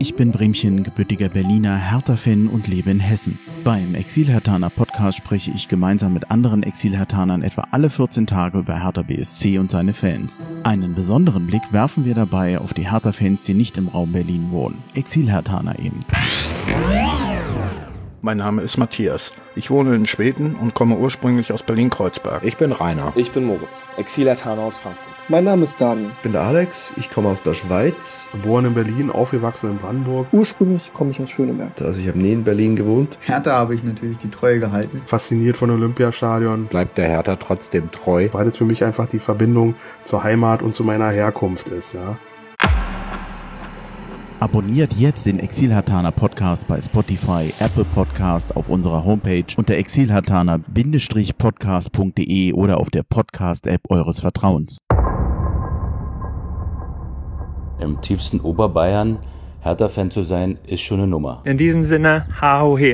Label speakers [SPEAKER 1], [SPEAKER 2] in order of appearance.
[SPEAKER 1] Ich bin Bremchen, gebürtiger Berliner, Hertha-Fan und lebe in Hessen. Beim Exil-Hertaner Podcast spreche ich gemeinsam mit anderen Exil-Hertanern etwa alle 14 Tage über Hertha BSC und seine Fans. Einen besonderen Blick werfen wir dabei auf die Hertha-Fans, die nicht im Raum Berlin wohnen. Exil-Hertaner eben.
[SPEAKER 2] Mein Name ist Matthias. Ich wohne in Schweden und komme ursprünglich aus Berlin-Kreuzberg.
[SPEAKER 3] Ich bin Rainer.
[SPEAKER 4] Ich bin Moritz, Exilaterner aus Frankfurt.
[SPEAKER 5] Mein Name ist Daniel.
[SPEAKER 6] Ich bin der Alex, ich komme aus der Schweiz.
[SPEAKER 7] Geboren in Berlin, aufgewachsen in Brandenburg.
[SPEAKER 5] Ursprünglich komme ich aus Schöneberg.
[SPEAKER 6] Also ich habe nie in Berlin gewohnt.
[SPEAKER 8] Hertha habe ich natürlich die Treue gehalten.
[SPEAKER 7] Fasziniert von Olympiastadion.
[SPEAKER 3] Bleibt der Hertha trotzdem treu.
[SPEAKER 7] Weil das für mich einfach die Verbindung zur Heimat und zu meiner Herkunft ist, ja.
[SPEAKER 1] Abonniert jetzt den Exilhartaner Podcast bei Spotify, Apple Podcast auf unserer Homepage unter exilhartaner-podcast.de oder auf der Podcast-App eures Vertrauens.
[SPEAKER 9] Im tiefsten Oberbayern Hertha-Fan zu sein, ist schon eine Nummer.
[SPEAKER 10] In diesem Sinne, ha ho he.